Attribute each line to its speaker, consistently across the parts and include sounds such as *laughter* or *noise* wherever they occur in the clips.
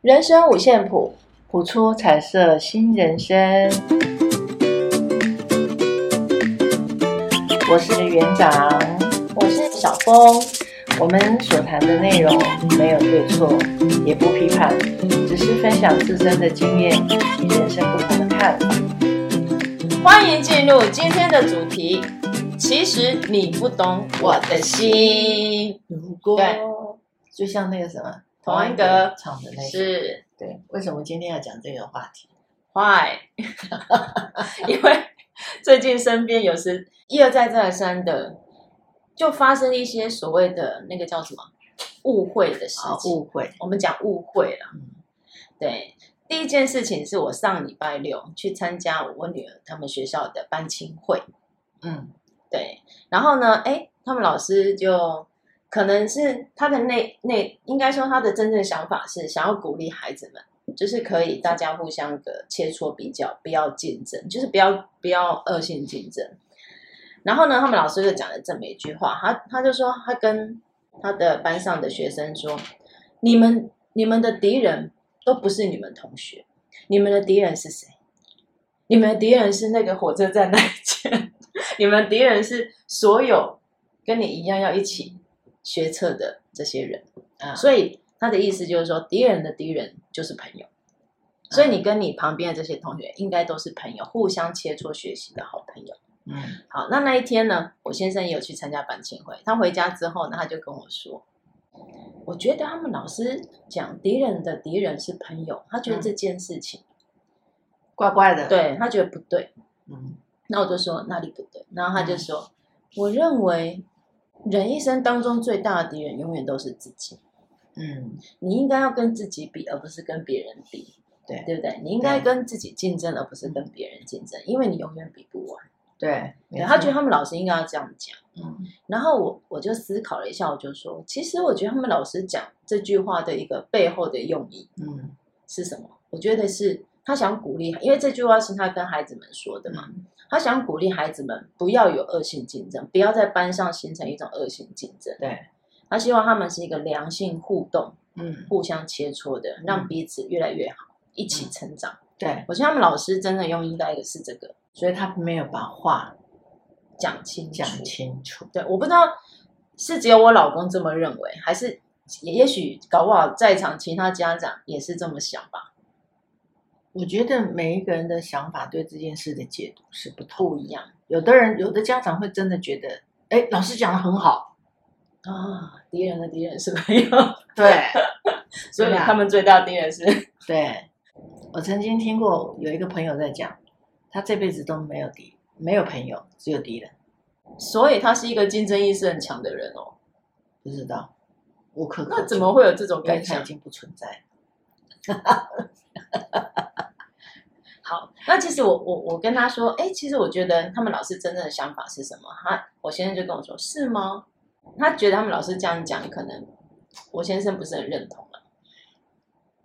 Speaker 1: 人生五线谱，谱出彩色新人生。我是园长，我是小峰。我们所谈的内容没有对错，也不批判，只是分享自身的经验与人生不同的看法。欢迎进入今天的主题。其实你不懂我的心，
Speaker 2: 如果
Speaker 1: 对就像那个什么童安格唱的那个，
Speaker 2: 是
Speaker 1: 对。为什么今天要讲这个话题？
Speaker 2: 坏， *laughs* 因为最近身边有时一而再再而三的，就发生一些所谓的那个叫什么误会的事
Speaker 1: 啊，
Speaker 2: 情。
Speaker 1: 误会。
Speaker 2: 我们讲误会啦，
Speaker 1: 嗯
Speaker 2: 对。第一件事情是我上礼拜六去参加我女儿他们学校的班亲会，
Speaker 1: 嗯，
Speaker 2: 对，然后呢，哎，他们老师就可能是他的内内，应该说他的真正想法是想要鼓励孩子们，就是可以大家互相的切磋比较，不要竞争，就是不要不要恶性竞争。然后呢，他们老师就讲了这么一句话，他他就说他跟他的班上的学生说，你们你们的敌人都不是你们同学，你们的敌人是谁？你们的敌人是那个火车站那一间。你们敌人是所有跟你一样要一起学测的这些人，
Speaker 1: 啊，
Speaker 2: 所以他的意思就是说，敌人的敌人就是朋友，所以你跟你旁边的这些同学应该都是朋友，互相切磋学习的好朋友。
Speaker 1: 嗯，
Speaker 2: 好，那那一天呢，我先生也有去参加班庆会，他回家之后呢，他就跟我说。我觉得他们老师讲敌人的敌人是朋友，他觉得这件事情，
Speaker 1: 怪怪的。，
Speaker 2: 对他觉得不对，
Speaker 1: 嗯
Speaker 2: 那我就说哪里不对，然后他就说，我认为人一生当中最大的敌人永远都是自己，
Speaker 1: 嗯，
Speaker 2: 你应该要跟自己比，而不是跟别人比，
Speaker 1: 对
Speaker 2: 对不对？你应该
Speaker 1: 对
Speaker 2: 跟自己竞争，而不是跟别人竞争，因为你永远比不完。
Speaker 1: 对，
Speaker 2: 对他觉得他们老师应该要这样讲，
Speaker 1: 嗯
Speaker 2: 然后我我就思考了一下，我就说，其实我觉得他们老师讲这句话的一个背后的用意
Speaker 1: 嗯
Speaker 2: 是什么？我觉得是他想鼓励，因为这句话是他跟孩子们说的嘛。
Speaker 1: 嗯
Speaker 2: 他想鼓励孩子们不要有恶性竞争，不要在班上形成一种恶性竞争。
Speaker 1: 对，
Speaker 2: 他希望他们是一个良性互动、
Speaker 1: 嗯
Speaker 2: 互相切磋的，让彼此越来越好，一起成长。
Speaker 1: 对，
Speaker 2: 我觉得他们老师真的用应该的是这个
Speaker 1: 所以他没有把话
Speaker 2: 讲清楚。
Speaker 1: 讲清楚。
Speaker 2: 对，我不知道是只有我老公这么认为，还是也也许搞不好在场其他家长也是这么想吧，
Speaker 1: 我觉得每一个人的想法对这件事的解读是不同
Speaker 2: 不
Speaker 1: 的。
Speaker 2: 一样
Speaker 1: 有的人，有的家长会真的觉得，哎，老师讲的很好，
Speaker 2: 啊。敌人的敌人是朋友，
Speaker 1: 对
Speaker 2: 所以他们最大的敌人是
Speaker 1: *laughs* 对。我曾经听过有一个朋友在讲，他这辈子都没有敌，没有朋友，只有敌人。
Speaker 2: *laughs* 所以他是一个竞争意识很强的人哦。
Speaker 1: 不知道，无
Speaker 2: *laughs*
Speaker 1: 可
Speaker 2: 那
Speaker 1: 可
Speaker 2: 怎
Speaker 1: 求
Speaker 2: 么会有这种
Speaker 1: 因为
Speaker 2: 感
Speaker 1: 它
Speaker 2: 想
Speaker 1: 已？经不存在了。
Speaker 2: 好，那其实我我我跟他说，哎，其实我觉得他们老师真正的想法是什么？他我先生就跟我说，是吗？他觉得他们老师这样讲，可能我先生不是很认同啊了。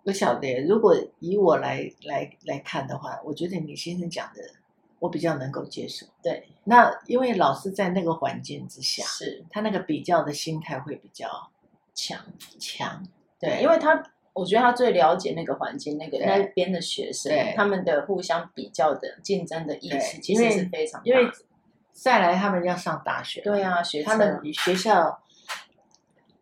Speaker 1: 不晓得，如果以我来来来看的话，我觉得你先生讲的，我比较能够接受。
Speaker 2: 对，
Speaker 1: 那因为老师在那个环境之下，
Speaker 2: 是
Speaker 1: 他那个比较的心态会比较
Speaker 2: 强，
Speaker 1: 强。
Speaker 2: 对，因为他我觉得他最了解那个环境，那个
Speaker 1: 对
Speaker 2: 那边的学生
Speaker 1: 对，
Speaker 2: 他们的互相比较的竞争的意识，
Speaker 1: 对
Speaker 2: 其
Speaker 1: 因
Speaker 2: 实
Speaker 1: 为
Speaker 2: 是非常大
Speaker 1: 因为
Speaker 2: 的。
Speaker 1: 再来，他们要上大学，
Speaker 2: 对啊，学
Speaker 1: 他
Speaker 2: 生
Speaker 1: 们学校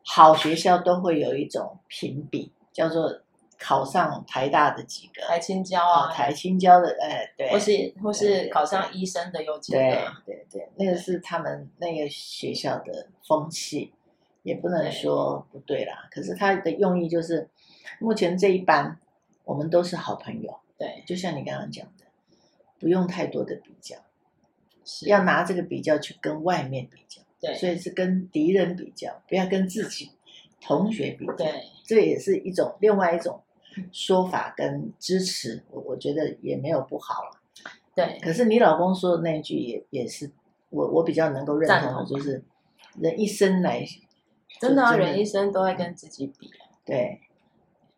Speaker 1: 好学校都会有一种评比，叫做考上台大的几个，
Speaker 2: 台青交
Speaker 1: 啊、
Speaker 2: 啊，
Speaker 1: 台青交的，哎，对，
Speaker 2: 或是或
Speaker 1: 对
Speaker 2: 是
Speaker 1: 对
Speaker 2: 考上医生的有几个
Speaker 1: 对
Speaker 2: 啊？
Speaker 1: 对对，那个是他们那个学校的风气，也不能说不对啦。可是他的用意就是，目前这一班我们都是好朋友，
Speaker 2: 对，
Speaker 1: 就像你刚刚讲的，不用太多的比较，
Speaker 2: 是
Speaker 1: 要拿这个比较去跟外面比较，
Speaker 2: 对
Speaker 1: 所以是跟敌人比较，不要跟自己同学比较。
Speaker 2: 对嗯
Speaker 1: 这也是一种另外一种说法跟支持，我我觉得也没有不好啦。
Speaker 2: 对
Speaker 1: 可是你老公说的那一句也也是我我比较能够认
Speaker 2: 赞
Speaker 1: 同的，
Speaker 2: 同
Speaker 1: 就是人一生来
Speaker 2: 真的、啊，
Speaker 1: 就真的
Speaker 2: 人一生都在跟自己比啊、
Speaker 1: 对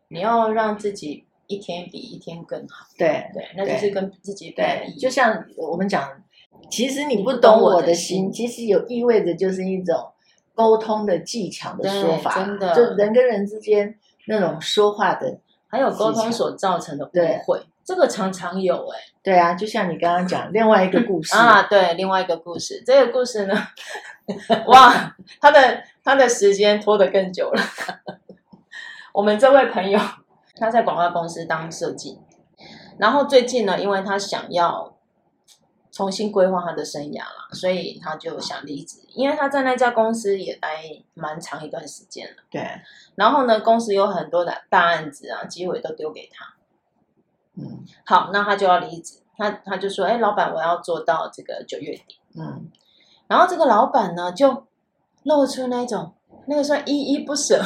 Speaker 2: 你要让自己一天比一天更好，
Speaker 1: 对
Speaker 2: 对，那就是跟自己比而
Speaker 1: 对
Speaker 2: 已，
Speaker 1: 就像我们讲，其实你
Speaker 2: 嗯你
Speaker 1: 不
Speaker 2: 不
Speaker 1: 懂
Speaker 2: 懂我
Speaker 1: 我
Speaker 2: 的
Speaker 1: 的
Speaker 2: 心
Speaker 1: 心，其实有意味着就是一种沟通的技巧的
Speaker 2: 对
Speaker 1: 说法，
Speaker 2: 真的
Speaker 1: 就人跟人之间那种说话的
Speaker 2: 还有沟通所造成的误会，这个常常有哎、
Speaker 1: 对啊，就像你刚刚讲另外一个故事，
Speaker 2: 啊，对，另外一个故事，这个故事呢，哇，他的他的时间拖得更久了。我们这位朋友，他在广告公司当设计，然后最近呢，因为他想要重新规划他的生涯啦，所以他就想离职，因为他在那家公司也待蛮长一段时间了。
Speaker 1: 对，
Speaker 2: 然后呢，公司有很多的大案子啊，机会都丢给他。
Speaker 1: 嗯
Speaker 2: 好，那他就要离职，他他就说，哎，老板，我要做到这个九月底。
Speaker 1: 嗯，
Speaker 2: 然后这个老板呢，就露出那种那个算依依不
Speaker 1: *laughs*
Speaker 2: 舍，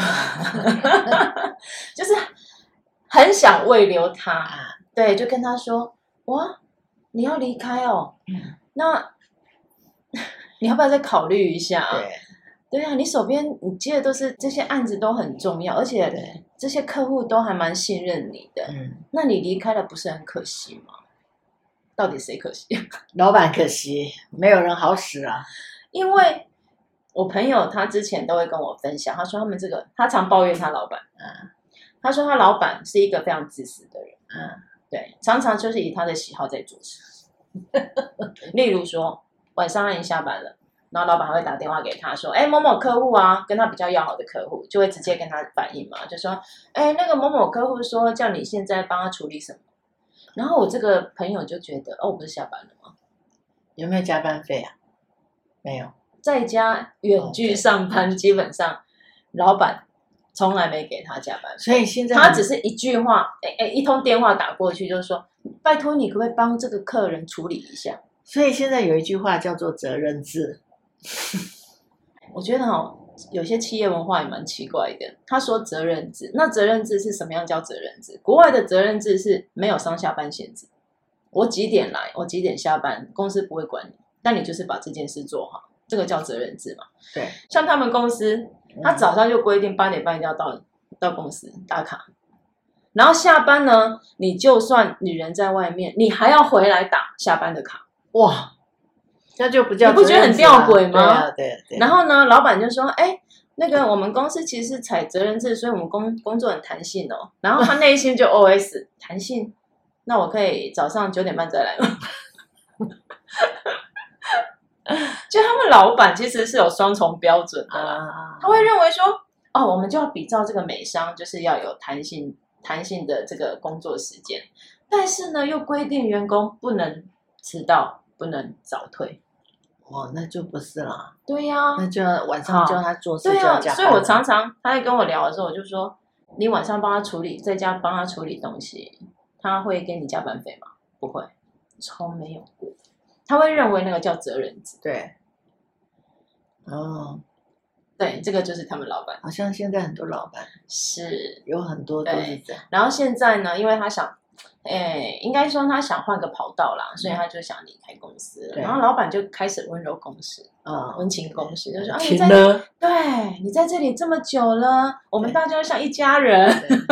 Speaker 2: 就是很想慰留他。
Speaker 1: 啊，
Speaker 2: 对，就跟他说：“哇，你要离开哦，
Speaker 1: 嗯
Speaker 2: 那你要不要再考虑一下啊？”
Speaker 1: 对，
Speaker 2: 对啊，你手边你接的都是这些案子都很重要，而且
Speaker 1: 对
Speaker 2: 这些客户都还蛮信任你的。
Speaker 1: 嗯，
Speaker 2: 那你离开了不是很可惜吗？到底谁可惜？
Speaker 1: 老板可惜没有人好使啊，
Speaker 2: 因为我朋友他之前都会跟我分享，他说他们这个他常抱怨他老板，
Speaker 1: 嗯
Speaker 2: 他说他老板是一个非常自私的人，
Speaker 1: 嗯
Speaker 2: 对，常常就是以他的喜好在做事。 *laughs* 例如说晚上他已经下班了，然后老板还会打电话给他说，哎、某某客户啊，跟他比较要好的客户就会直接跟他反映嘛，就说，哎、那个某某客户说叫你现在帮他处理什么，然后我这个朋友就觉得，哦，我不是下班了吗？
Speaker 1: 有没有加班费啊？没有，
Speaker 2: 在家远
Speaker 1: 哦
Speaker 2: 距上班，基本上老板从来没给他加班费，
Speaker 1: 所以现在
Speaker 2: 他只是一句话，哎哎，一通电话打过去，就是说，拜托你可不可以帮这个客人处理一下？
Speaker 1: 所以现在有一句话叫做责任制，
Speaker 2: 我觉得哦，有些企业文化也蛮奇怪的。他说责任制，那责任制是什么样叫责任制？国外的责任制是没有上下班限制，我几点来，我几点下班，公司不会管你，但你就是把这件事做好，这个叫责任制嘛。
Speaker 1: 对，
Speaker 2: 像他们公司他
Speaker 1: 嗯
Speaker 2: 早上就规定八点半一定要到到公司打卡，然后下班呢，你就算女人在外面，你还要回来打下班的卡。
Speaker 1: 哇，那就不叫
Speaker 2: 你不觉得很吊诡吗
Speaker 1: 责任制啊对啊，对啊，
Speaker 2: 然后呢，老板就说：“哎，那个我们公司其实是采责任制，所以我们工工作很弹性哦。”然后他内心就 OS 弹性，那我可以早上九点半再来吗？ *laughs* 就他们老板其实是有双重标准的啦。
Speaker 1: 啊，
Speaker 2: 他会认为说，哦，我们就要比照这个美商，就是要有弹性弹性的这个工作时间，但是呢，又规定员工不能迟到，不能早退。
Speaker 1: 哦，那就不是啦，
Speaker 2: 对呀、
Speaker 1: 那就要晚上叫他做事
Speaker 2: 啊对
Speaker 1: 就
Speaker 2: 呀、
Speaker 1: 要加班，
Speaker 2: 所以我常常他在跟我聊的时候，我就说，你晚上帮他处理，在家帮他处理东西，他会给你加班费吗？不会，从没有过。他会认为那个叫责任制，
Speaker 1: 对，哦，
Speaker 2: 对，这个就是他们老板
Speaker 1: 好像现在很多老板
Speaker 2: 是
Speaker 1: 有很多都是这样，
Speaker 2: 然后现在呢，因为他想，哎，应该说他想换个跑道啦，所以他就想离开公司了。
Speaker 1: 嗯对
Speaker 2: 然后老板就开始温柔攻势、
Speaker 1: 嗯，
Speaker 2: 温情攻势，就说啊，你
Speaker 1: 停
Speaker 2: 在
Speaker 1: 了，
Speaker 2: 对你在这里这么久了，我们
Speaker 1: 对
Speaker 2: 大家都像一家人， *laughs*
Speaker 1: 对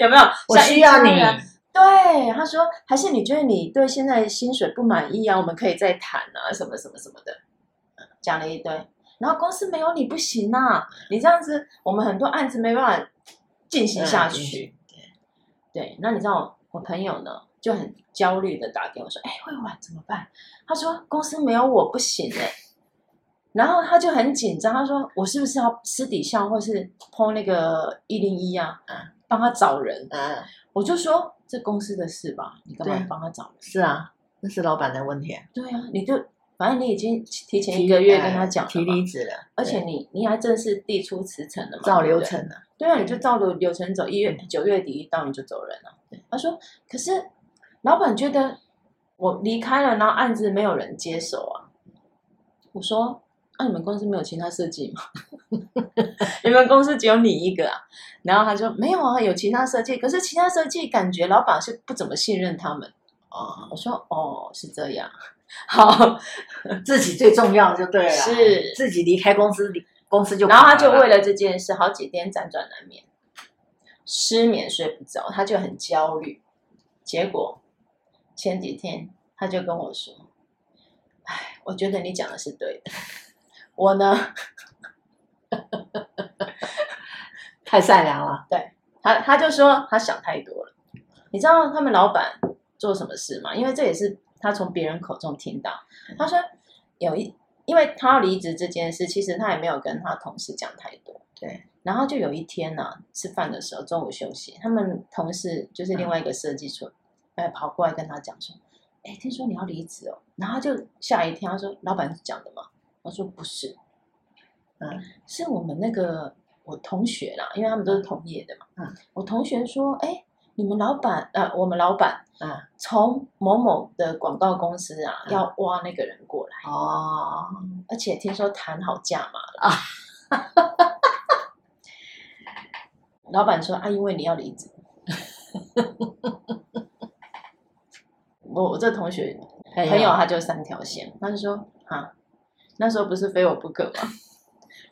Speaker 2: 有没有？
Speaker 1: *laughs* 我
Speaker 2: 像一啊
Speaker 1: 需要
Speaker 2: 家
Speaker 1: 你，
Speaker 2: 人对，他说，还是你觉得你对现在的薪水不满意啊？我们可以再谈啊，什么什么什么的，嗯讲了一堆。然后公司没有你不行啊，你这样子，我们很多案子没办法进行下去。对，那你知道我朋友呢就很焦虑的打给我说：“哎，慧婉怎么办？”他说：“公司没有我不行哎、然后他就很紧张，他说：“我是不是要私底下或是碰那个一零一啊
Speaker 1: 嗯，
Speaker 2: 帮他找人
Speaker 1: 嗯，
Speaker 2: 我就说这公司的事吧，你干
Speaker 1: 对
Speaker 2: 嘛
Speaker 1: 啊
Speaker 2: 帮他找人？
Speaker 1: 是啊，那是老板的问题，哎
Speaker 2: 对啊，你就反正你已经提前一个月跟他讲了
Speaker 1: 提
Speaker 2: 嘛
Speaker 1: 离职了，
Speaker 2: 而且你你还正式递出辞呈了嘛，
Speaker 1: 照
Speaker 2: 对不
Speaker 1: 流
Speaker 2: 对。
Speaker 1: 程了，
Speaker 2: 对啊，你就照流流程走，一月九月底一到你就走人了。他说，可是老板觉得我离开了，然后案子没有人接手啊。我说，那、你们公司没有其他设计吗？ *laughs* 你们公司只有你一个啊？然后他说没有啊，有其他设计，可是其他设计感觉老板是不怎么信任他们。
Speaker 1: 哦，
Speaker 2: 我说哦，是这样， *laughs* 好，
Speaker 1: 自己最重要就对了，
Speaker 2: 是
Speaker 1: 自己离开公司，离公司就
Speaker 2: 然后他
Speaker 1: 垮
Speaker 2: 就
Speaker 1: 了
Speaker 2: 为了这件事，好几天辗转难眠，失眠睡不着，他就很焦虑。结果前几天他就跟我说：“哎，我觉得你讲的是对的，我呢
Speaker 1: 太善良了，
Speaker 2: 他他就说他想太多了。你知道他们老板做什么事吗？因为这也是他从别人口中听到。他说有一，因为他要离职这件事，其实他也没有跟他同事讲太多。
Speaker 1: 对。
Speaker 2: 然后就有一天呢、吃饭的时候，中午休息，他们同事就是另外一个设计
Speaker 1: 嗯
Speaker 2: 处，哎、跑过来跟他讲说：“哎，听说你要离职哦。”然后他就吓一跳，他说：“老板是讲的吗？”他说：“不是，
Speaker 1: 嗯，
Speaker 2: 是我们那个我同学啦，因为他们都是同业的嘛。
Speaker 1: 嗯，
Speaker 2: 我同学说，哎，你们老板，呃，我们老板
Speaker 1: 啊，
Speaker 2: 从某某的广告公司啊，
Speaker 1: 嗯
Speaker 2: 要挖那个人过来，
Speaker 1: 哦，
Speaker 2: 而且听说谈好价码了。老板说啊，因为你要离职。 *laughs* 我我这同学
Speaker 1: 很
Speaker 2: 朋友他就三条线，他就说啊，那时候不是非我不可吗？ *laughs*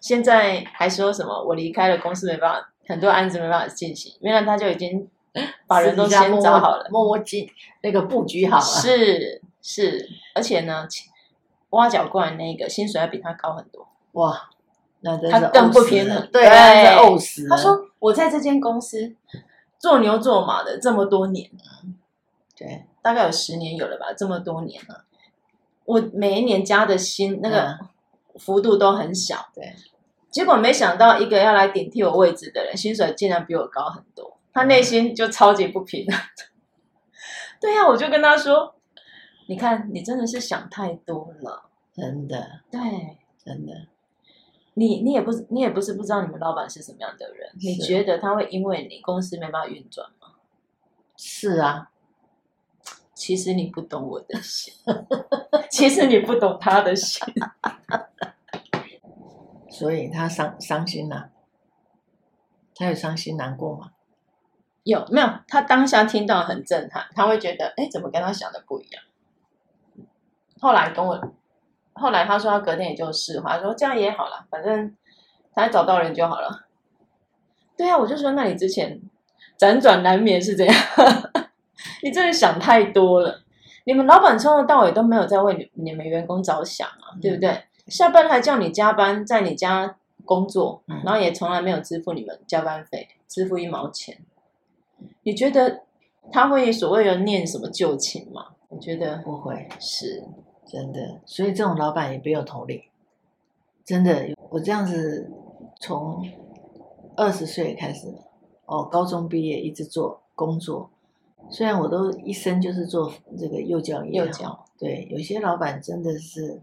Speaker 2: 现在还说什么我离开了公司没办法，很多案子没办法进行，原来他就已经把人都先找好了，
Speaker 1: 默默记那个布局好了，
Speaker 2: 是是，而且呢，其挖角过来那个薪水要比他高很多。
Speaker 1: 哇，那真是
Speaker 2: 他更不
Speaker 1: 呕死
Speaker 2: 平
Speaker 1: 了
Speaker 2: 衡
Speaker 1: 对，
Speaker 2: 对
Speaker 1: 那是呕死
Speaker 2: 他
Speaker 1: 了。
Speaker 2: 说我在这间公司做牛做马的这么多年，
Speaker 1: 对，
Speaker 2: 大概有十年有了吧，这么多年了，我每一年加的薪那个幅度都很小，
Speaker 1: 嗯对。
Speaker 2: 结果没想到一个要来顶替我位置的人，薪水竟然比我高很多，他
Speaker 1: 嗯
Speaker 2: 内心就超级不平衡。 *laughs* 对呀、我就跟他说：“你看，你真的是想太多了。
Speaker 1: 真的
Speaker 2: 对
Speaker 1: 真的
Speaker 2: 你，你也不是你也不是不知道你们老板是什么样的人，你
Speaker 1: 是
Speaker 2: 觉得他会因为你公司没办法运转吗？
Speaker 1: 是啊，
Speaker 2: 其实你不懂我的心， *laughs* 其实你不懂他的心。
Speaker 1: 所以他伤伤心了、他有伤心难过吗？
Speaker 2: 有没有？他当下听到很震撼，他会觉得，哎，怎么跟他想的不一样？后来跟我，后来他说他隔天也就释怀，说这样也好了，反正他找到人就好了。对啊，我就说，那你之前辗转难眠是怎样？ *laughs* 你真的想太多了。你们老板从头到尾都没有在为你你们员工着想啊，对不对？下班还叫你加班，在你家工作，
Speaker 1: 嗯
Speaker 2: 然后也从来没有支付你们加班费，支付一毛钱。你觉得他会所谓的念什么旧情吗？我觉得
Speaker 1: 不会，
Speaker 2: 是，
Speaker 1: 真的，所以这种老板也别有头领。真的，我这样子从二十岁开始，哦，高中毕业一直做工作，虽然我都一生就是做这个幼教业，
Speaker 2: 幼教，
Speaker 1: 对，有些老板真的是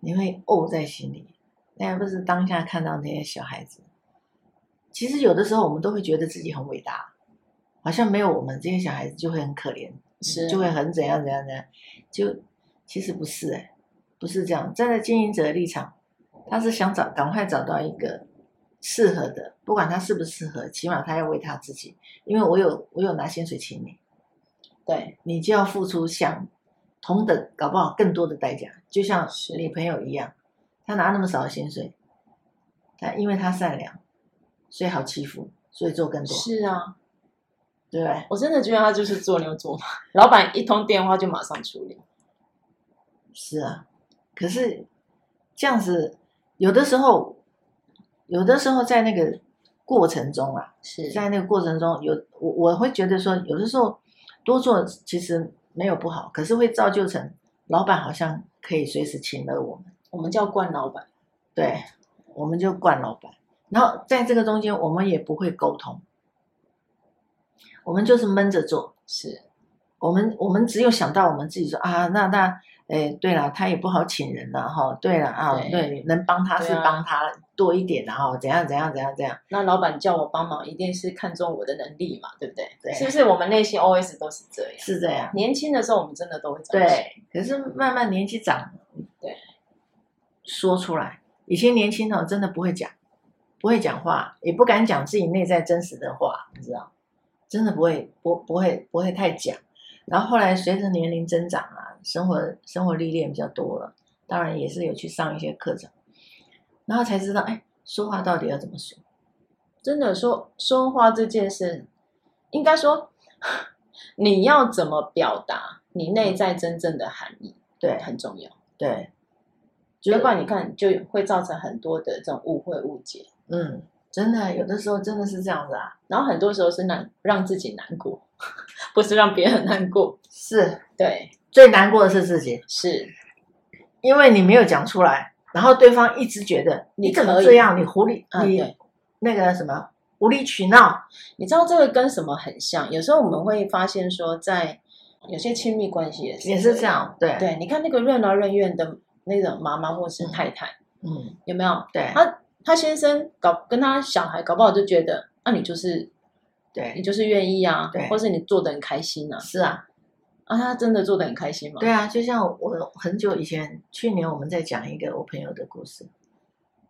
Speaker 1: 你会怄在心里，那还不是当下看到那些小孩子。其实有的时候我们都会觉得自己很伟大，好像没有我们这些小孩子就会很可怜，
Speaker 2: 是
Speaker 1: 就会很怎样怎样怎样，就其实不是哎、不是这样。站在经营者的立场，他是想找赶快找到一个适合的，不管他适不适合，起码他要为他自己，因为我有我有拿薪水请你，
Speaker 2: 对，
Speaker 1: 你就要付出相同等，搞不好更多的代价，就像
Speaker 2: 是
Speaker 1: 你朋友一样，他拿那么少的薪水，他因为他善良，所以好欺负，所以做更多，
Speaker 2: 是啊，
Speaker 1: 对不对？
Speaker 2: 我真的觉得他就是做牛做马， *laughs* 老板一通电话就马上处理，
Speaker 1: 是啊，可是这样子，有的时候，有的时候在那个过程中啊，
Speaker 2: 是
Speaker 1: 在那个过程中有我我会觉得说，有的时候多做其实没有不好，可是会造就成老板好像可以随时请了我们，
Speaker 2: 我们叫惯老板，
Speaker 1: 对，我们就惯老板。然后在这个中间，我们也不会沟通，我们就是闷着做，
Speaker 2: 是
Speaker 1: 我们我们只有想到我们自己说啊，那那，哎，对了，他也不好请人了哈，对了啊，
Speaker 2: 对
Speaker 1: 对，能帮他
Speaker 2: 对
Speaker 1: 是
Speaker 2: 啊
Speaker 1: 帮他多一点然后怎样怎样怎样怎样，
Speaker 2: 那老板叫我帮忙，一定是看中我的能力嘛，对不对？
Speaker 1: 对
Speaker 2: 是不是我们内心 always 都是这样？
Speaker 1: 是这样，
Speaker 2: 年轻的时候我们真的都会这样想，
Speaker 1: 对。可是慢慢年纪长了，
Speaker 2: 对，
Speaker 1: 说出来，以前年轻哦，真的不会讲，不会讲话，也不敢讲自己内在真实的话，你知道，真的不会，不不会不会太讲。然后后来随着年龄增长啊，生活生活历练比较多了，当然也是有去上一些课程，然后才知道，哎，说话到底要怎么说？
Speaker 2: 真的说说话这件事，应该说 *laughs* 你要怎么表达你内在真正的含义
Speaker 1: 对
Speaker 2: 很重要，
Speaker 1: 对，
Speaker 2: 要不然你看就会造成很多的这种误会误解。
Speaker 1: 嗯，真的，有的时候真的是这样子啊。
Speaker 2: 然后很多时候是难让自己难过， *laughs* 不是让别人难过。
Speaker 1: 是
Speaker 2: 对，
Speaker 1: 最难过的是自己，
Speaker 2: 是
Speaker 1: 因为你没有讲出来，然后对方一直觉得
Speaker 2: 你
Speaker 1: 你怎么
Speaker 2: 可以
Speaker 1: 这样，你狐狸，
Speaker 2: 啊，
Speaker 1: 你、
Speaker 2: 对。
Speaker 1: 那个什么无理取闹，
Speaker 2: 你知道这个跟什么很像？有时候我们会发现说，在有些亲密关系也是
Speaker 1: 也是这。样，对，
Speaker 2: 对，你看那个任劳任怨的那种妈妈或是太太，
Speaker 1: 嗯，
Speaker 2: 有没有？
Speaker 1: 对，
Speaker 2: 她她先生搞跟她小孩搞不好就觉得，那、你就是你
Speaker 1: 对，
Speaker 2: 就是愿意啊
Speaker 1: 对，
Speaker 2: 或是你做的很开心啊。
Speaker 1: 是啊，
Speaker 2: 啊，他真的做的很开心吗？
Speaker 1: 对啊，就像我很久以前，去年我们在讲一个我朋友的故事，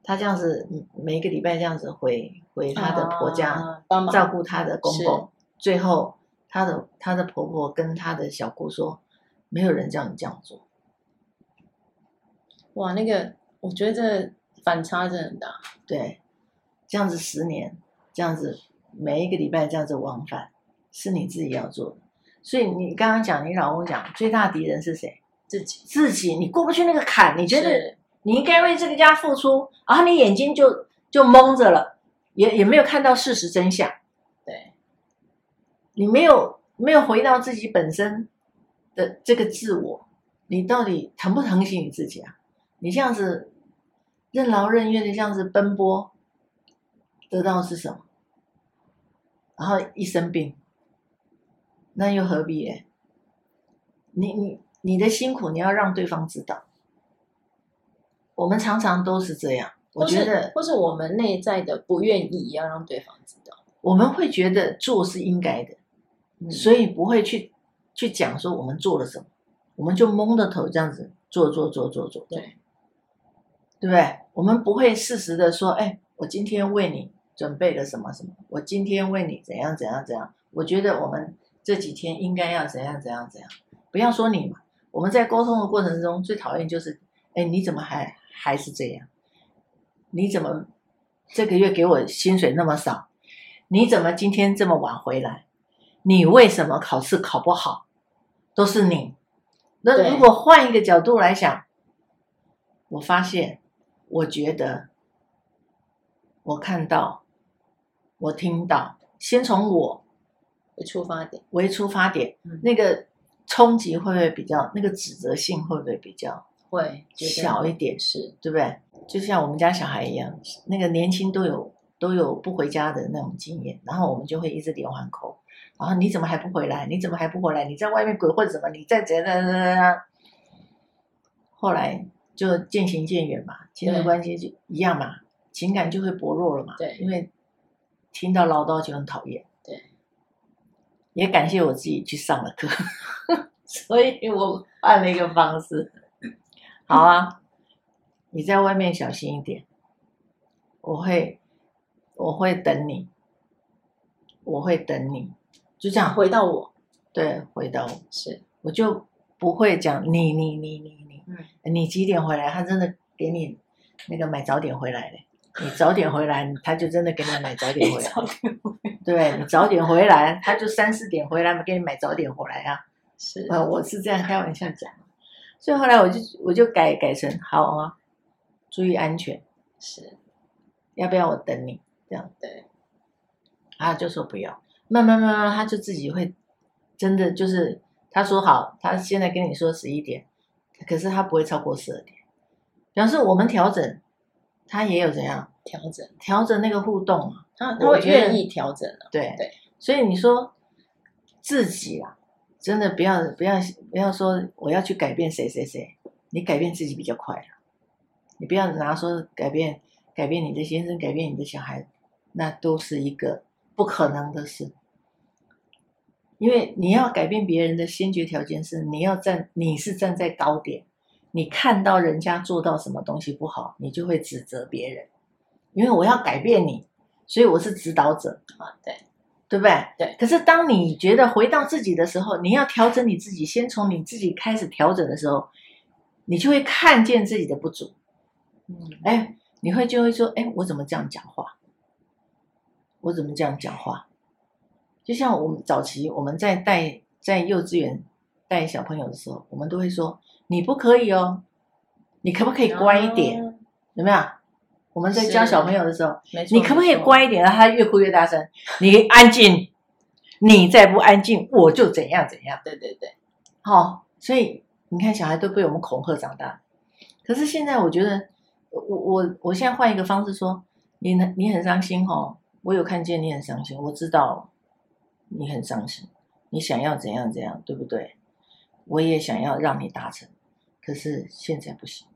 Speaker 1: 她这样子嗯每一个礼拜这样子回回她的婆家、
Speaker 2: 啊帮忙
Speaker 1: 照顾她的公公，最后她的她的婆婆跟她的小姑说，没有人叫你这样做，
Speaker 2: 哇，那个我觉得这反差真的很大。
Speaker 1: 对，这样子十年，这样子每一个礼拜这样子往返，是你自己要做的。所以你刚刚讲，你老公讲最大敌人是谁？
Speaker 2: 自己
Speaker 1: 自己，你过不去那个坎，你觉得
Speaker 2: 是
Speaker 1: 你应该为这个家付出，然后你眼睛就就蒙着了，也也没有看到事实真相，
Speaker 2: 对
Speaker 1: 你没有没有回到自己本身的这个自我，你到底疼不疼惜你自己啊？你这样子任劳任怨的这样子奔波，得到的是什么？然后一生病，那又何必嘞？你你你的辛苦，你要让对方知道。我们常常都是这样，我
Speaker 2: 或是
Speaker 1: 觉得
Speaker 2: 或是我们内在的不愿意要让对方知道，
Speaker 1: 我们会觉得做是应该的，
Speaker 2: 嗯
Speaker 1: 所以不会去去讲说我们做了什么，我们就蒙着头这样子做做做做做，
Speaker 2: 对
Speaker 1: 对不对？我们不会适时的说，哎，我今天为你准备了什么什么，我今天为你怎样怎样怎样。我觉得我们这几天应该要怎样怎样怎样，不要说你嘛。我们在沟通的过程中最讨厌就是，哎，你怎么还还是这样？你怎么这个月给我薪水那么少？你怎么今天这么晚回来？你为什么考试考不好？都是你。那
Speaker 2: 对
Speaker 1: 如果换一个角度来想，我发现，我觉得，我看到，我听到，先从我
Speaker 2: 有出发点。
Speaker 1: 为出发点，
Speaker 2: 嗯
Speaker 1: 那个冲击会不会比较，那个指责性会不会比较
Speaker 2: 会觉得
Speaker 1: 小一点？
Speaker 2: 是
Speaker 1: 对不对？就像我们家小孩一样，那个年轻都有都有不回家的那种经验，然后我们就会一直连环扣，然后你怎么还不回来？你怎么还不回来？你在外面鬼混什么？你在怎样怎样怎样怎样？后来就渐行渐远嘛，亲子
Speaker 2: 对
Speaker 1: 关系就一样嘛，情感就会薄弱了嘛。
Speaker 2: 对
Speaker 1: 因为听到唠叨就很讨厌。
Speaker 2: 对，
Speaker 1: 也感谢我自己去上了课， *laughs* 所以我换了一个方式。好啊，你在外面小心一点，我会，我会等你，我会等你，就这样
Speaker 2: 啊回到我
Speaker 1: 对回到我，
Speaker 2: 是
Speaker 1: 我就不会讲你你你你你，
Speaker 2: 嗯
Speaker 1: 你几点回来？他真的给你那个买早点回来嘞，你早点回来，他就真的给你买 *laughs* 早点回来。对你早点回来，他就三四点回来嘛，给你买早点回来啊。
Speaker 2: *laughs* 是
Speaker 1: 呃，我是这样开玩笑讲，啊所以后来我就我就改改成好啊，注意安全，
Speaker 2: 是
Speaker 1: 要不要我等你？这样
Speaker 2: 对
Speaker 1: 他就说不要，慢慢慢慢他就自己会真的就是他说好，他现在跟你说十一点，可是他不会超过十二点，表示我们调整，他也有怎样
Speaker 2: 调整，
Speaker 1: 调整那个互动啊，
Speaker 2: 他他
Speaker 1: 我
Speaker 2: 会
Speaker 1: 觉得
Speaker 2: 愿意调整啊，
Speaker 1: 对
Speaker 2: 对，
Speaker 1: 所以你说自己啊，真的不要不要不要说我要去改变谁谁谁，你改变自己比较快啊。你不要拿说改变改变你的先生，改变你的小孩，那都是一个不可能的事。因为你要改变别人的先决条件是你要站，你是站在高点，你看到人家做到什么东西不好，你就会指责别人。因为我要改变你，所以我是指导者，
Speaker 2: 啊对
Speaker 1: 对不对？
Speaker 2: 对
Speaker 1: 可是当你觉得回到自己的时候，你要调整你自己，先从你自己开始调整的时候，你就会看见自己的不足。
Speaker 2: 嗯
Speaker 1: 哎，你会就会说，哎，我怎么这样讲话？我怎么这样讲话？就像我们早期我们在带在幼稚园带小朋友的时候，我们
Speaker 2: 啊哦
Speaker 1: 都会说，你不可以哦，你可不可以乖一点？，有没有？我们在教
Speaker 2: 是
Speaker 1: 小朋友的时候，
Speaker 2: 没错，
Speaker 1: 你可不可以
Speaker 2: 没错？
Speaker 1: 乖一点？然后他越哭越大声，你安静，你再不安静，我就怎样怎样。
Speaker 2: 对对对，
Speaker 1: 好、所以你看，小孩都被我们恐吓长大。可是现在我觉得，我我我现在换一个方式说，你很你很伤心哦，我有看见你很伤心，我知道你很伤心，你想要怎样怎样，对不对？我也想要让你达成，可是现在不行。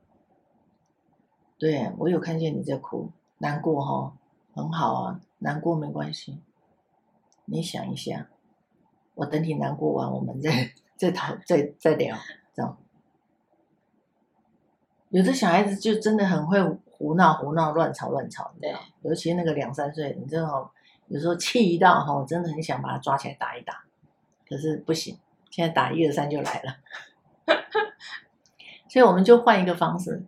Speaker 1: 对我有看见你在哭，难过哦，很好啊，难过没关系。你想一下，我等你难过完，我们再再讨再再聊，这样。有的小孩子就真的很会胡闹胡闹乱吵乱吵，
Speaker 2: 对
Speaker 1: 的，尤其那个两三岁，你真的哦有时候气到哈，真的很想把他抓起来打一打，可是不行，现在打一二三就来了， *laughs* 所以我们就换一个方式。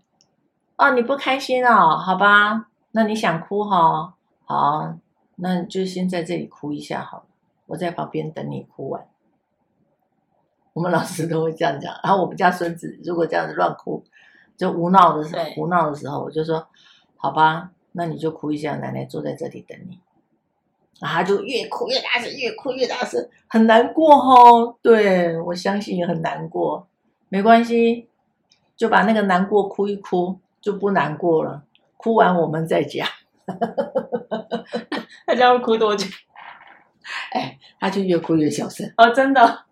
Speaker 1: 哦，你不开心哦，好吧，那你想哭哈、哦，好，那就先在这里哭一下好了，我在旁边等你哭完。我们老师都会这样讲，然后我们家孙子如果这样子乱哭，就胡闹的时候，
Speaker 2: 对
Speaker 1: 胡闹的时候，我就说，好吧，那你就哭一下，奶奶坐在这里等你。然后他就越哭越大声，越哭越大声，很难过哦。对我相信也很难过，没关系，就把那个难过哭一哭，就不难过了。哭完我们再讲。
Speaker 2: 大家要哭多 *laughs* 久？
Speaker 1: 哎，他就越哭越小声。
Speaker 2: 哦，真的，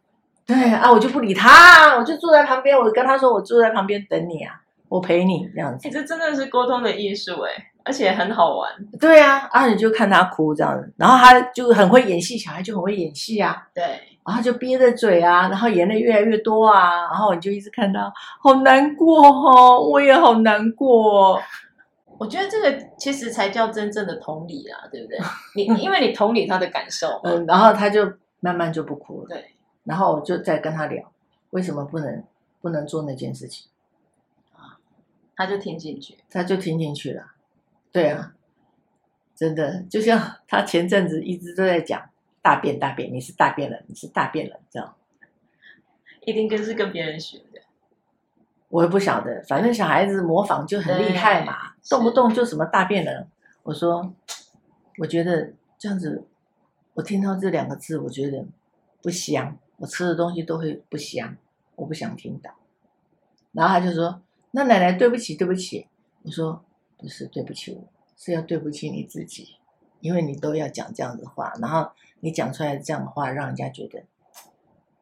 Speaker 1: 对啊，我就不理他，我就坐在旁边，我跟他说我坐在旁边等你啊，我陪你这样子。
Speaker 2: 哎，这真的是沟通的艺术哎，而且很好玩。
Speaker 1: 对啊，啊你就看他哭这样子，然后他就很会演戏，小孩就很会演戏啊。
Speaker 2: 对，
Speaker 1: 然后就憋着嘴啊，然后眼泪越来越多啊，然后你就一直看到，好难过哦，我也好难过、哦。
Speaker 2: 我觉得这个其实才叫真正的同理啦，对不对？ *laughs* 你因为你同理他的感受嘛，
Speaker 1: 嗯，然后他就慢慢就不哭了。
Speaker 2: 对，
Speaker 1: 然后我就再跟他聊，为什么不能不能做那件事情，
Speaker 2: 他就听进去。
Speaker 1: 他就听进去了。对啊，真的，就像他前阵子一直都在讲大便大便，你是大便人，你是大便人这样。
Speaker 2: 一定跟是跟别人学的，
Speaker 1: 我也不晓得，反正小孩子模仿就很厉害嘛，动不动就什么大变人。我说，我觉得这样子，我听到这两个字，我觉得不香，我吃的东西都会不香，我不想听到。然后他就说：“那奶奶，对不起，对不起。”我说：“不是对不起我，是要对不起你自己，因为你都要讲这样子话，然后你讲出来这样的话，让人家觉得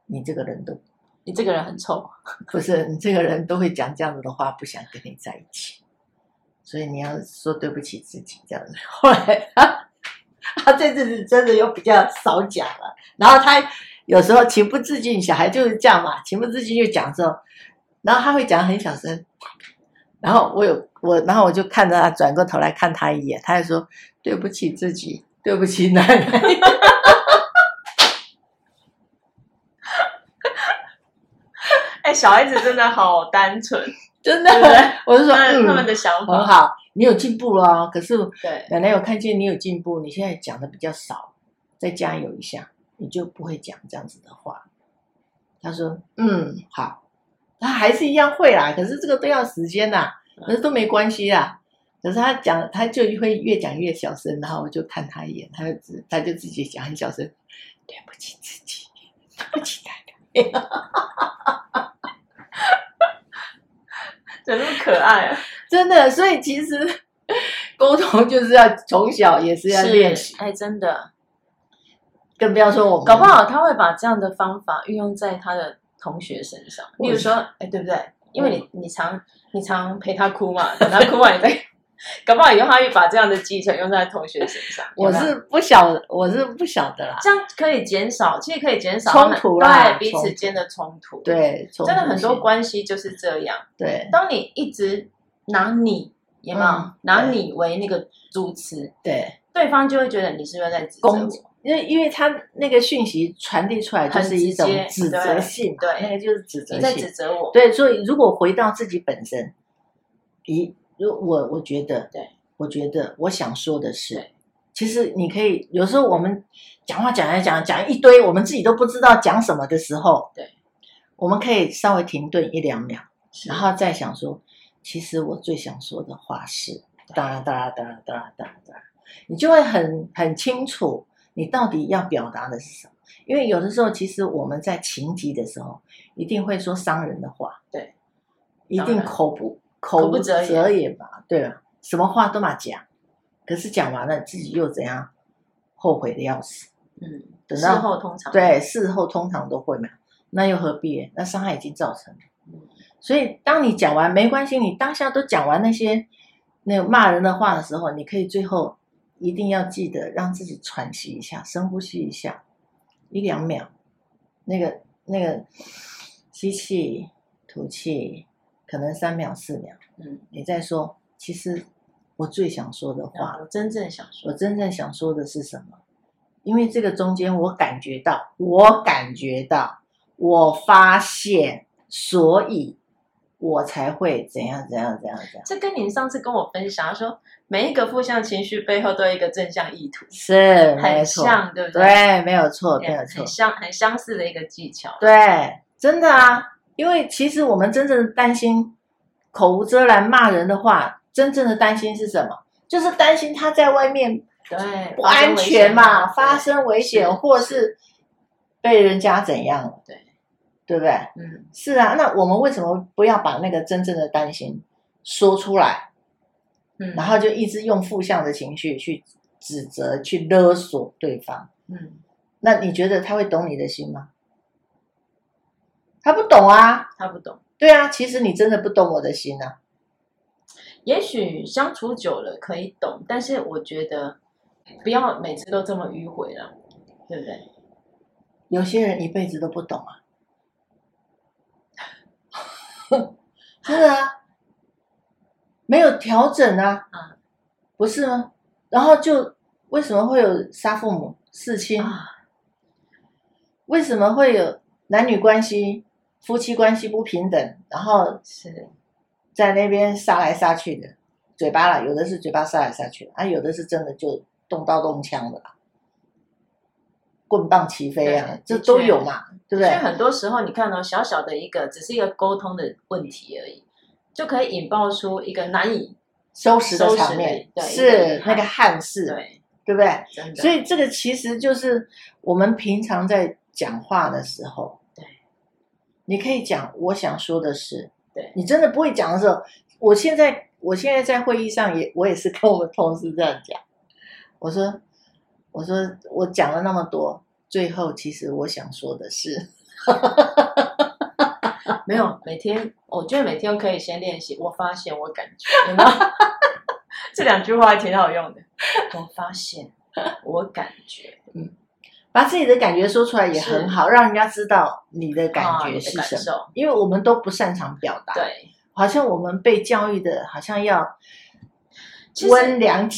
Speaker 1: 你这个人都
Speaker 2: 你这个人很臭，
Speaker 1: 不是你这个人都会讲这样子的话，不想跟你在一起，所以你要说对不起自己这样子。 *laughs* 后来他他这阵子真的又比较少讲了，然后他有时候情不自禁，小孩就是这样嘛，情不自禁就讲的时候，然后他会讲很小声，然后我有我，然后我就看着他转过头来看他一眼，他就说对不起自己，对不起奶奶。
Speaker 2: 哎、小孩子真的好单纯，
Speaker 1: *laughs* 真的
Speaker 2: 对不 *laughs* 对，
Speaker 1: 我就说
Speaker 2: 他们他们
Speaker 1: 嗯，
Speaker 2: 的想
Speaker 1: 很
Speaker 2: 法，
Speaker 1: 好，你有进步了哦，可是
Speaker 2: *laughs* 对
Speaker 1: 奶奶有看见你有进步，你现在讲的比较少，再加油一下，你就不会讲这样子的话。他说：“嗯，好。”他还是一样会啦，可是这个都要时间啦，可是都没关系啦。可是他讲，他就会越讲越小声，然后我就看他一眼，他就自他就自己讲很小声，对不起自己，对不起奶奶。
Speaker 2: 怎么那么可爱、啊？
Speaker 1: 真的，所以其实 *laughs* 沟通就是要从小也是要练习，
Speaker 2: 哎、真的，
Speaker 1: 更不要说我们
Speaker 2: 搞不好他会把这样的方法运用在他的同学身上，
Speaker 1: 我
Speaker 2: 例如说，哎、对不对？因为你
Speaker 1: 嗯
Speaker 2: 你常你常陪他哭嘛，等他哭完你再，搞不好以后他会把这样的技巧用在同学身上。有
Speaker 1: 我
Speaker 2: 没有
Speaker 1: 是不晓，我是不晓得啦。
Speaker 2: 这样可以减少，其实可以减少他们
Speaker 1: 冲突啦
Speaker 2: 对彼
Speaker 1: 冲
Speaker 2: 此
Speaker 1: 突
Speaker 2: 间的冲突。，
Speaker 1: 对，
Speaker 2: 真的很多
Speaker 1: 关
Speaker 2: 关系就是这样。
Speaker 1: 对
Speaker 2: 当你一直拿你有没有、
Speaker 1: 嗯
Speaker 2: 拿你为那个主词，
Speaker 1: 对，
Speaker 2: 对方就会觉得你是不是在指责
Speaker 1: 攻
Speaker 2: 我？
Speaker 1: 击因为因为他那个讯息传递出来就
Speaker 2: 很
Speaker 1: 是一
Speaker 2: 直
Speaker 1: 种
Speaker 2: 接
Speaker 1: 指
Speaker 2: 对
Speaker 1: 责性嘛，
Speaker 2: 对
Speaker 1: 那个就是指责
Speaker 2: 你在指
Speaker 1: 性。
Speaker 2: 责我？
Speaker 1: 对，所以如果回到自己本身，一如我我觉得，
Speaker 2: 对，
Speaker 1: 我觉得我想说的是
Speaker 2: 对，
Speaker 1: 其实你可以有时候我们讲话讲来讲讲一堆，我们自己都不知道讲什么的时候，
Speaker 2: 对，
Speaker 1: 我们可以稍微停顿一两秒，
Speaker 2: 是
Speaker 1: 然后再想说，其实我最想说的话是，哒哒哒哒哒哒，你就会很很清楚你到底要表达的是什么。因为有的时候，其实我们在情急的时候，一定会说伤人的话，
Speaker 2: 对，
Speaker 1: 一
Speaker 2: 当
Speaker 1: 定
Speaker 2: 然
Speaker 1: 口不
Speaker 2: 口
Speaker 1: 口
Speaker 2: 不择言
Speaker 1: 择言吧，对吧？什么话都嘛讲，可是讲完了自己又怎样，后悔的要死。
Speaker 2: 嗯，
Speaker 1: 等
Speaker 2: 事
Speaker 1: 到
Speaker 2: 后通常
Speaker 1: 对，事后通常都会嘛，那又何必呢？那伤害已经造成了
Speaker 2: 嗯。
Speaker 1: 所以，当你讲完没关系，你当下都讲完那些那个骂人的话的时候，你可以最后一定要记得让自己喘息一下，深呼吸一下，一两秒，那个那个吸气吐气，可能三秒四秒，
Speaker 2: 嗯，
Speaker 1: 你再说，其实我最想说的话
Speaker 2: 啊，我真正想说
Speaker 1: 我真正想说的是什么？因为这个中间，我感觉到，我感觉到，我发现，所以我才会怎样怎样怎样怎样。
Speaker 2: 这跟你上次跟我分享他说，每一个负向情绪背后都有一个正向意图，
Speaker 1: 是，没
Speaker 2: 很
Speaker 1: 错，
Speaker 2: 像，对不对？
Speaker 1: 对，没有错，没有错
Speaker 2: 很，相很相似的一个技巧。
Speaker 1: 对，真的啊。因为其实我们真正的担心，口无遮拦骂人的话，真正的担心是什么？就是担心他在外面
Speaker 2: 对，
Speaker 1: 不安全嘛，发
Speaker 2: 发生
Speaker 1: 生危
Speaker 2: 是
Speaker 1: 险，或是被人家怎样了，
Speaker 2: 对
Speaker 1: 对不对？
Speaker 2: 危险嗯，
Speaker 1: 是啊，那我们为什么不要把那个真正的担心说出来，
Speaker 2: 嗯
Speaker 1: 然后就一直用负向的情绪去指责、去勒索对方？
Speaker 2: 嗯，
Speaker 1: 那你觉得他会懂你的心吗？他不懂啊，
Speaker 2: 他不懂。
Speaker 1: 对啊，其实你真的不懂我的心啊，
Speaker 2: 也许相处久了可以懂，但是我觉得不要每次都这么迂回了，对不对？
Speaker 1: 有些人一辈子都不懂啊， *laughs* 真的啊，没有调整啊，
Speaker 2: 嗯
Speaker 1: 不是吗？然后就为什么会有杀父母、弑亲？
Speaker 2: 啊，
Speaker 1: 为什么会有男女关系、夫妻关系不平等，然后
Speaker 2: 是
Speaker 1: 在那边杀来杀去的，嘴巴啦，有的是嘴巴杀来杀去，啊，有的是真的就动刀动枪的啦，棍棒齐飞啊
Speaker 2: 对，
Speaker 1: 这
Speaker 2: 的确
Speaker 1: 都有嘛，对
Speaker 2: 所
Speaker 1: 不
Speaker 2: 以
Speaker 1: 对？
Speaker 2: 很多时候，你看到、小小的一个，只是一个沟通的问题而已，就可以引爆出一个难以
Speaker 1: 收拾的
Speaker 2: 收拾
Speaker 1: 场面
Speaker 2: 的对
Speaker 1: 是那
Speaker 2: 一个
Speaker 1: 个汉室，
Speaker 2: 对，
Speaker 1: 对不对？
Speaker 2: 真的。
Speaker 1: 所以这个其实就是我们平常在讲话的时候，
Speaker 2: 对，
Speaker 1: 你可以讲我想说的是，
Speaker 2: 对
Speaker 1: 你真的不会讲的时候，我现在我现在在会议上也我也是跟我们同事这样讲，我说我说我讲了那么多，最后其实我想说的是，
Speaker 2: 啊没有，每天我觉得每天可以先练习。我发现，我感觉，有没有 *laughs* 这两句话还挺好
Speaker 1: *laughs*
Speaker 2: 用的。我发现，我感觉，
Speaker 1: 把自己的感觉说出来也很好，让人家知道你的感
Speaker 2: 啊你
Speaker 1: 觉
Speaker 2: 的
Speaker 1: 是
Speaker 2: 感
Speaker 1: 什么，
Speaker 2: 受，
Speaker 1: 因为我们都不擅长表达，，
Speaker 2: 对，
Speaker 1: 好像我们被教育的好像要
Speaker 2: 其实 *laughs*
Speaker 1: 温良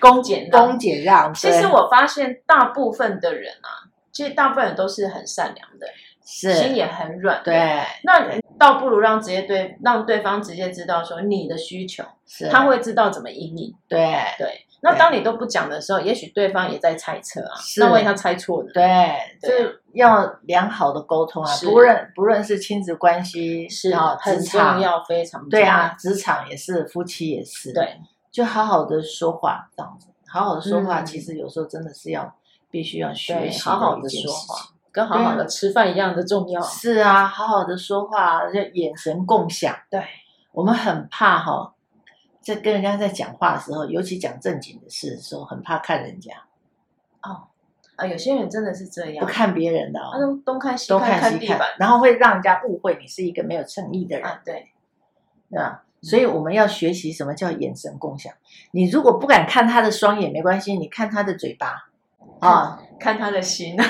Speaker 2: 公俭让
Speaker 1: 恭俭让，
Speaker 2: 其实
Speaker 1: 对
Speaker 2: 我发现，大部分的人啊，其实大部分人都是很善良的，心
Speaker 1: 是，
Speaker 2: 也很软。，
Speaker 1: 对，
Speaker 2: 那你倒不如让直接对让对方直接知道说你的需求，
Speaker 1: 是
Speaker 2: 他会知道怎么引你。
Speaker 1: 对
Speaker 2: 对，那当你都不讲的时候，也许对方也在猜测啊，
Speaker 1: 是
Speaker 2: 那万一他猜错呢？
Speaker 1: 对，
Speaker 2: 对啊
Speaker 1: 这要良好的沟通啊，
Speaker 2: 是
Speaker 1: 不论不论是亲子关系
Speaker 2: 是
Speaker 1: 啊，
Speaker 2: 很
Speaker 1: 职
Speaker 2: 重
Speaker 1: 场，
Speaker 2: 要，非常重
Speaker 1: 对
Speaker 2: 要
Speaker 1: 啊，，职场也是，夫妻也是，，
Speaker 2: 对，
Speaker 1: 就好好的说话这样子，好好的说话，
Speaker 2: 嗯
Speaker 1: 其实有时候真的是要必须要学
Speaker 2: 对，
Speaker 1: 习
Speaker 2: 好好
Speaker 1: 的
Speaker 2: 的
Speaker 1: 一件
Speaker 2: 说
Speaker 1: 事情。
Speaker 2: 话，跟好
Speaker 1: 嗯
Speaker 2: 好的吃饭一样的重要。
Speaker 1: 是啊，好好的说话，就眼神共享。
Speaker 2: 对，
Speaker 1: 我们很怕哈、在跟人家在讲话的时候，尤其讲正经的事的时候，很怕看人家，
Speaker 2: 啊，有些人真的是这
Speaker 1: 不
Speaker 2: 样，
Speaker 1: 看别人的哦
Speaker 2: 他，都东看西
Speaker 1: 东
Speaker 2: 啊看，
Speaker 1: 看西
Speaker 2: 地
Speaker 1: 看
Speaker 2: 板，
Speaker 1: 然后会让人家误会你是一个没有诚意的人。
Speaker 2: 啊，对，嗯
Speaker 1: 对吧？所以我们要学习什么叫眼神共享。你如果不敢看他的双眼没关系，你看他的嘴巴啊，
Speaker 2: 看他的心啊，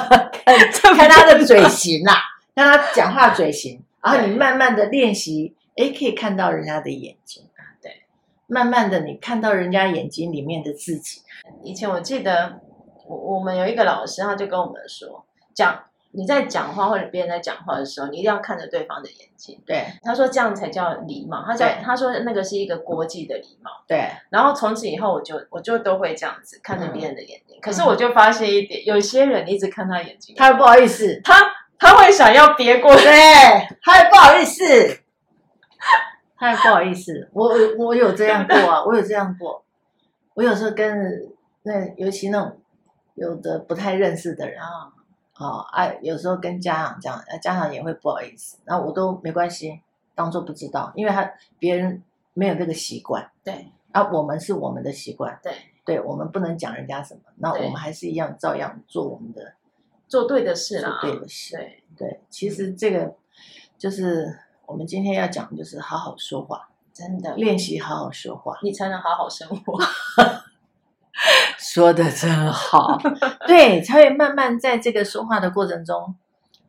Speaker 1: 看他的嘴型啦、看他讲话嘴型，然后你慢慢的练习，诶，可以看到人家的眼睛啊，
Speaker 2: 对，
Speaker 1: 慢慢的你看到人家眼睛里面的自己，
Speaker 2: 以前我记得我我们有一个老师，他就跟我们说，讲你在讲话或者别人在讲话的时候，你一定要看着对方的眼睛。
Speaker 1: 对
Speaker 2: 他说这样才叫礼貌，他叫
Speaker 1: 对
Speaker 2: 他说那个是一个国际的礼貌。
Speaker 1: 对，
Speaker 2: 然后从此以后，我就我就都会这样子看着别人的眼睛。可是我就发现一点，有些人一直看他眼睛，
Speaker 1: 嗯他会不好意思，
Speaker 2: 他他会想要别过去，
Speaker 1: 对，他会不好意思，太不好意思，我我有这样过啊，我有这样过。我有时候跟那尤其那种有的不太认识的人啊，哦，啊，有时候跟家长讲，啊家长也会不好意思，那我都没关系，当做不知道，因为他别人没有这个习惯，
Speaker 2: 对
Speaker 1: 啊，我们是我们的习惯，
Speaker 2: 对，
Speaker 1: 对我们不能讲人家什么，那
Speaker 2: 对
Speaker 1: 我们还是一样照样做我们的
Speaker 2: 做对的事
Speaker 1: 做
Speaker 2: 啦，
Speaker 1: 对的事。
Speaker 2: 对
Speaker 1: 对，嗯其实这个就是我们今天要讲，就是好好说话，
Speaker 2: 真的，
Speaker 1: 练习好好说话。
Speaker 2: 你才能好好生活。 *laughs*
Speaker 1: 说的真好， *laughs* 对，才会慢慢在这个说话的过程中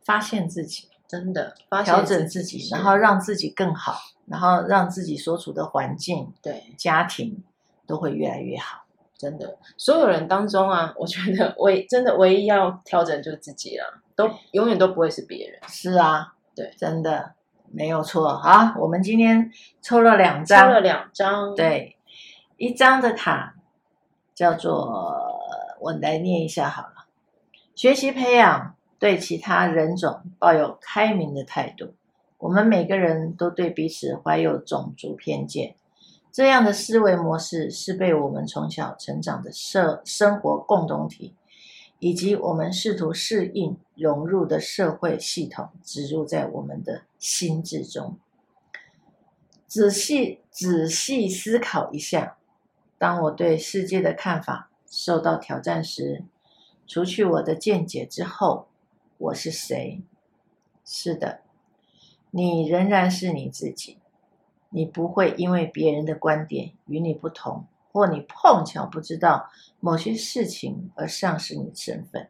Speaker 1: 发现自己，
Speaker 2: 真的，发现
Speaker 1: 调整自己，
Speaker 2: 是
Speaker 1: 然后让自己更好，然后让自己所处的环境、
Speaker 2: 对，
Speaker 1: 家庭都会越来越好。
Speaker 2: 真的，所有人当中啊，我觉得唯真的唯一要调整就是自己啦，都永远都不会是别人。
Speaker 1: 是啊，
Speaker 2: 对，
Speaker 1: 真的没有错。好，我们今天抽了两
Speaker 2: 抽
Speaker 1: 张，
Speaker 2: 了两张，，
Speaker 1: 对，一张的卡叫做，我来念一下好了。学习培养对其他人种抱有开明的态度。我们每个人都对彼此怀有种族偏见，这样的思维模式是被我们从小成长的社生活共同体，以及我们试图适应融入的社会系统植入在我们的心智中。仔细仔细思考一下，当我对世界的看法受到挑战时，除去我的见解之后，我是谁？是的，你仍然是你自己，你不会因为别人的观点与你不同，或你碰巧不知道某些事情而丧失你的身份。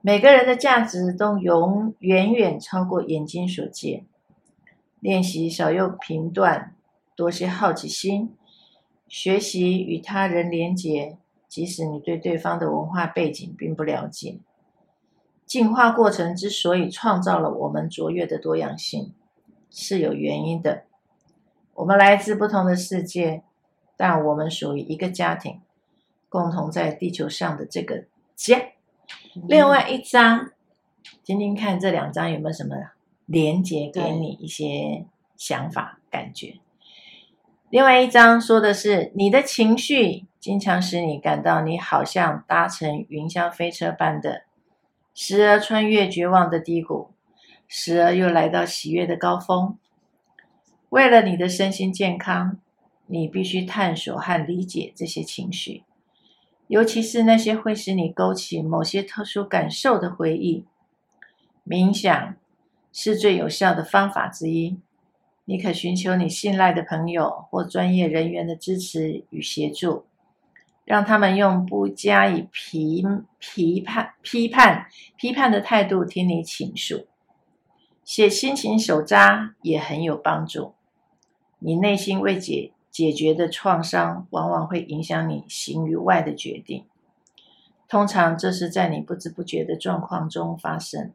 Speaker 1: 每个人的价值都永远远超过眼睛所见。练习少用评断，多些好奇心，学习与他人连结，即使你对对方的文化背景并不了解。进化过程之所以创造了我们卓越的多样性，是有原因的。我们来自不同的世界，但我们属于一个家庭，共同在地球上的这个家。
Speaker 2: 嗯
Speaker 1: 另外一张，听听看这两张有没有什么连接给你一些想法、感觉。另外一张说的是你的情绪经常使你感到你好像搭乘云霄飞车般的，时而穿越绝望的低谷，时而又来到喜悦的高峰。为了你的身心健康，你必须探索和理解这些情绪。尤其是那些会使你勾起某些特殊感受的回忆。冥想是最有效的方法之一，你可寻求你信赖的朋友或专业人员的支持与协助，让他们用不加以评批判、批判、批判的态度听你倾诉。写心情手札也很有帮助。你内心未解解决的创伤，往往会影响你行于外的决定。通常这是在你不知不觉的状况中发生。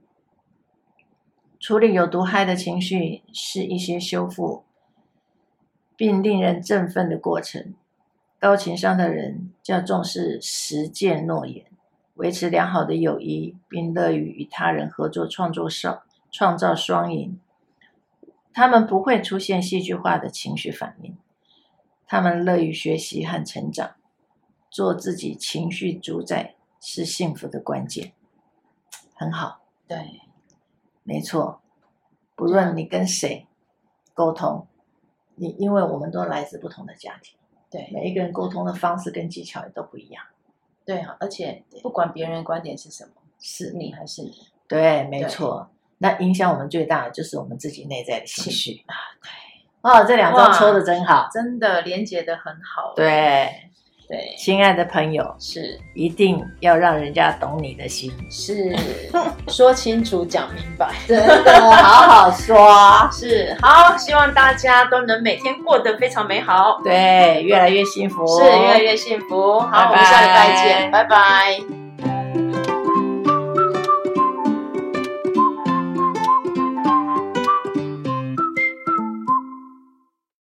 Speaker 1: 处理有毒害的情绪是一些修复并令人振奋的过程。高情商的人较重视实践诺言，维持良好的友谊，并乐于与他人合作创作上创造双赢。他们不会出现戏剧化的情绪反应，他们乐于学习和成长，做自己情绪主宰是幸福的关键。很好，
Speaker 2: 对，
Speaker 1: 没错，不
Speaker 2: 对
Speaker 1: 论你跟谁沟通，你因为我们都来自不同的家庭，
Speaker 2: 对，
Speaker 1: 每一个人沟通的方式跟技巧也都不一样。
Speaker 2: 对啊，而且不管别人的观点是什么，
Speaker 1: 是
Speaker 2: 你还是你
Speaker 1: 对，没
Speaker 2: 对
Speaker 1: 错。那影响我们最大的就是我们自己内在的情
Speaker 2: 情
Speaker 1: 绪。
Speaker 2: 啊，对，
Speaker 1: 哦，这两张
Speaker 2: 哇
Speaker 1: 抽的真好。
Speaker 2: 真的连接的很好，
Speaker 1: 对，
Speaker 2: 对，
Speaker 1: 亲爱的朋友，
Speaker 2: 是
Speaker 1: 一定要让人家懂你的 *laughs* 心，
Speaker 2: 是，说清楚讲明白。
Speaker 1: *laughs* 真的好好说，
Speaker 2: 是好，希望大家都能每天过得非常美好，
Speaker 1: 对，越来越幸福，
Speaker 2: 是越来越幸福。好，我
Speaker 1: 哦拜拜
Speaker 2: 们下礼拜见，拜拜